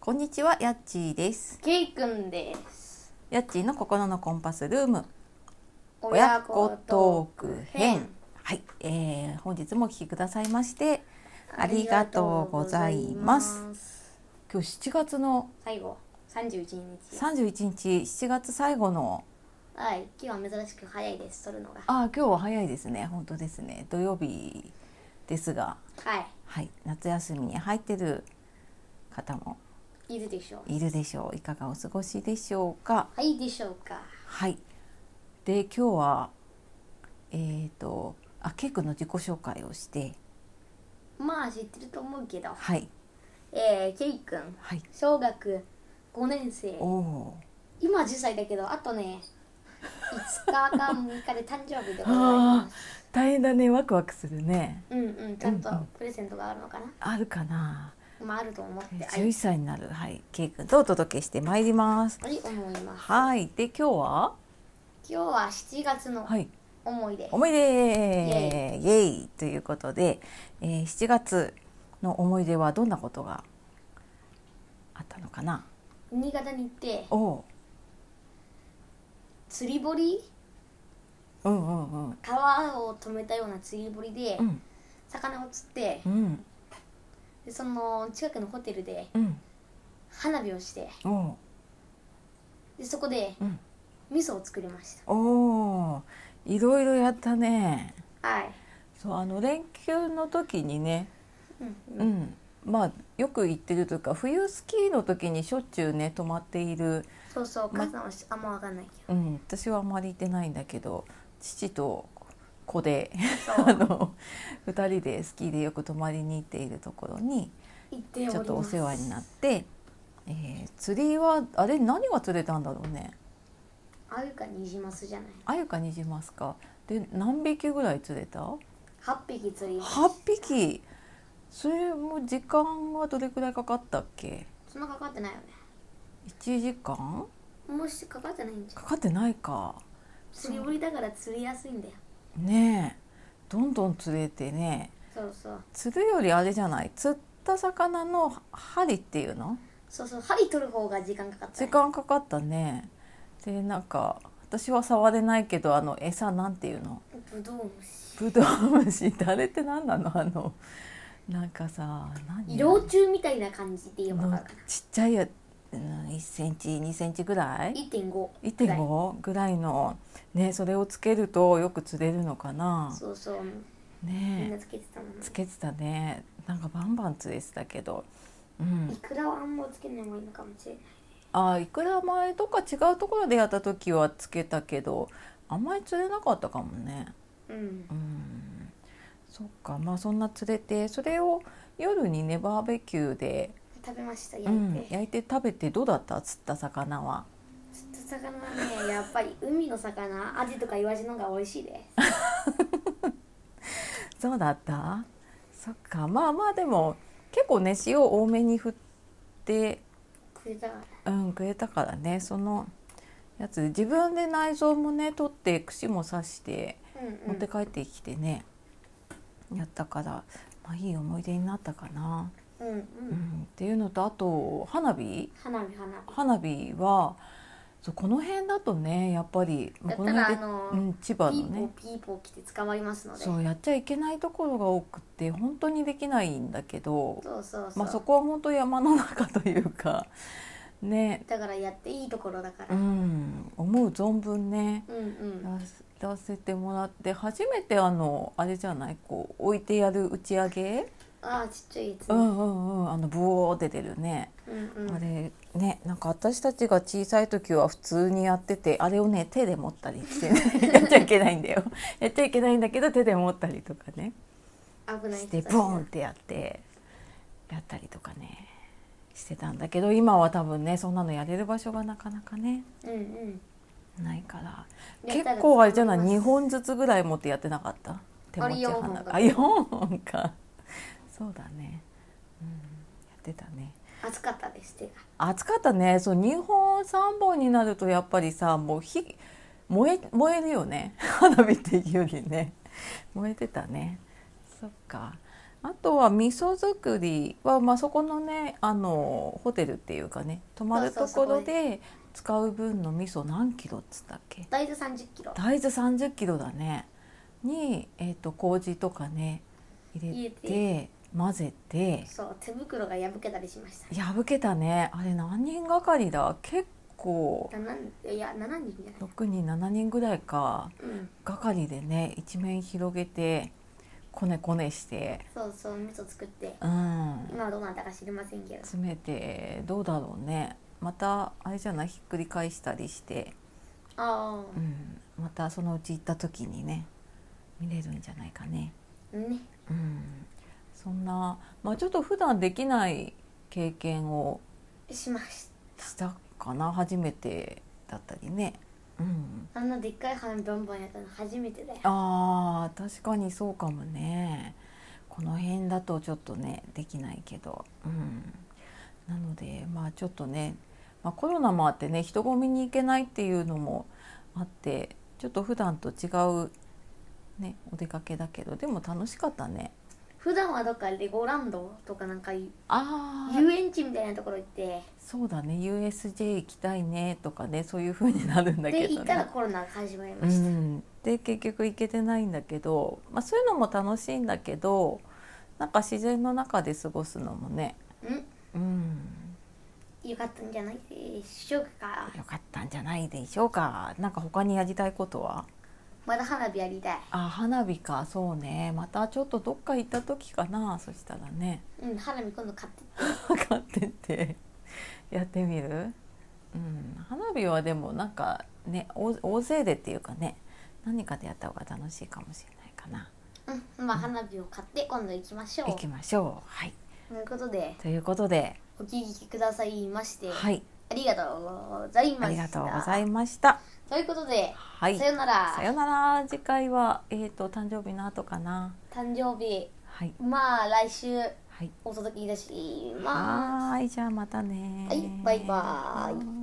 こんにちはやっちーですケイくんです。やっちーの心のコンパスルーム親子トーク編はい、えー、本日もお聞きくださいましてありがとうございます。今日7月の最後、三十一日。 31日7月最後のはい、今日は珍しく早いです。撮るのが。あー今日は早いですね本当ですね土曜日ですがははい夏休みに入ってる方もい、いるでしょう。いるでしょういかがお過ごしでしょうかはいでしょうか。はい。で今日はえっ、とあケイ君の自己紹介をしてまあ知ってると思うけど、はいえー、ケイくん、はい小学五年生。おお今十歳だけど、あとね、五日か六日で誕生日でございあます。ー大変だねワクワクするねうんうん、ちゃんとうんうんプレゼントがあるのかな。あるかなまああると思って、はい11、歳になるはいケイ君とお届けしてまいりますはい思います。はいで今日は今日は七月のはい思い出。おめでーイエイということで、えー7月の思い出はどんなことがあったのかな新潟に行っておお釣り堀ううんうんうん川を止めたような釣り堀でうん魚を釣ってうんでその近くのホテルでうん花火をしておおでそこでうん味噌を作りましおお、いろいろやったね。たはい、そうあの連休の時にね、うんう、ん、まあよく行ってるというか、冬スキーの時にしょっちゅうね泊まっている、そうそうま母さんはしあんま分かんないけうん、私はあまり行ってないんだけど、父と子でど そあうの二人でスキーでよく泊まりに行っているところに行っておりますちょっとお世話になって、えー釣りはあれ何が釣れたんだろうね。あゆかニジマスじゃないあゆかニジマスか。で何匹ぐらい釣れた？ 8匹釣りました8匹それも時間はどれくらいかかったっけそんなかかってないよね1時間もしかかってないんじゃんかかってないか釣り堀だから釣りやすいんだよねえどんどん釣れてねそうそう釣るよりあれじゃない釣った魚の針っていうのそうそう針取る方が時間かかった、時ね、間かかったねでなんか私は触れないけどあの餌なんていうのぶどう虫ブドウ虫誰って何なのあのなんかさ何幼虫みたいな感じで言えば分のかるかなちっちゃいや、うん、1センチ2センチぐらい1.5 1.5ぐらいのねそれをつけるとよく釣れるのかなそうそうみんなねつけてたもんねえつけてたねなんかバンバン釣れてたけどうんいくらはあんまつけない方がいいのかもしれないあいくら前とか違うところでやった時はつけたけどあんまり釣れなかったかもねうんうんそっかまあそんな釣れてそれを夜にねバーベキューで、食べました焼ういて、ん、焼いて食べてどうだった釣った魚は釣った魚はねやっぱり海の魚アジとかイワシの方が美味しいですそうだったそっかまあまあでも結構ね塩多めに振って、食えたからうん、くれたからねそのやつ自分で内臓もね取って串も刺してうん持うっんて帰ってきてね、やったから、まあ、いい思い出になったかな、うんううんん、っていうのとあと花火花火花火花火はそうこの辺だとねやっぱりまあやこっのたらあ辺で、の、うん、千葉ピのーポーねピーポー来て捕まりますのでそそううやっちゃいけないところが多くて本当にできないんだけどそうそうまあ、そこは本当山の中というかねだからやっていいところだかうら、ん思う存分ねうん、うやんらせてもらって初めてあのあれじゃないこう置いてやる打ち上げ、ああちっちゃいやつうね、んうんうんあのブオーって出るね、うんうんあれねなんか私たちが小さい時は普通にやっててあれをね手で持ったりして、 ね、やっちゃいけないんだよやっちゃいけないんだけど手で持ったりとかね危ないして人たボちーンってやってやったりとかねしてたんだけど今は多分ねそんなのやれる場所がなかなかねうんうんないからやったら結構あれじゃない捕まり2ます本ずつぐらい持ってやってなかった手持ちあ花れ四本だ火あ4本か そうだね、うん、やってたね暑かったです手が暑かったねそう2本3本になるとやっぱりさもう火燃え燃 えるよね花火っていうよりね燃えてたねそっかあとは味噌作りは、まあ、そこのねあのホテルっていうかね泊まるそうとそうこそころでで使う分の味噌何キロっつったっけ大豆3 0キロ大豆3 0キロだねに、えー、と麹とかね入れて入混ぜてそう手袋が破けたりしました破けたねあれ何人がかりだ結構7いや7人じゃない6人7人ぐらいかうんがかりでね一面広げてこねこねしてそうそう味噌作ってうん今はどうなったか知りませんけど詰めてどうだろうねまたあれじゃないひっくり返したりして、あうん、またそのうち行った時にね見れるんじゃないかね。あねうん、そんな、まあ、ちょっと普段できない経験をしまししたかな初めてだったりね。うん、たあんなでっかい花バンバンやったの初めてだよあー確かにそうかもねこの辺だとちょっとねできないけど、うん、なのでまあちょっとね、まあ、コロナもあってね人混みに行けないっていうのもあってちょっと普段と違う、ね、お出かけだけどでも楽しかったね。普段はどっかレゴランドとかなんかいあー遊園地みたいなところ行ってそうだね USJ 行きたいねとかねそういう風になるんだけど、ね、で行ったらコロナが始まりうました、ん、で結局行けてないんだけど、まあ、そういうのも楽しいんだけどなんか自然の中で過ごすのもね、うんうん、よかったんじゃないでしょうかよかったんじゃないでしょうかなんか他にやりたいことはまだ花火やりたいあ花火かそうねまたちょっとどっか行った時かなそしたらねうん花火今度買って買ってって やってみる、うん、花火はでもなんかね大大勢でっていうかね何かでやった方が楽しいかもしれないかなうんまあ花火を買って今度行きましょ行きうましょうはいということでということでお聞きくださいまして、はい、ありがとうございましたありがとうございました。ということで、はい、さよならさよなら。次回はえっ、と誕生日の後かな。誕生日はい、まあ来週はい、お届けいたしまはすーい、じゃあまたねはいバイバーイはーい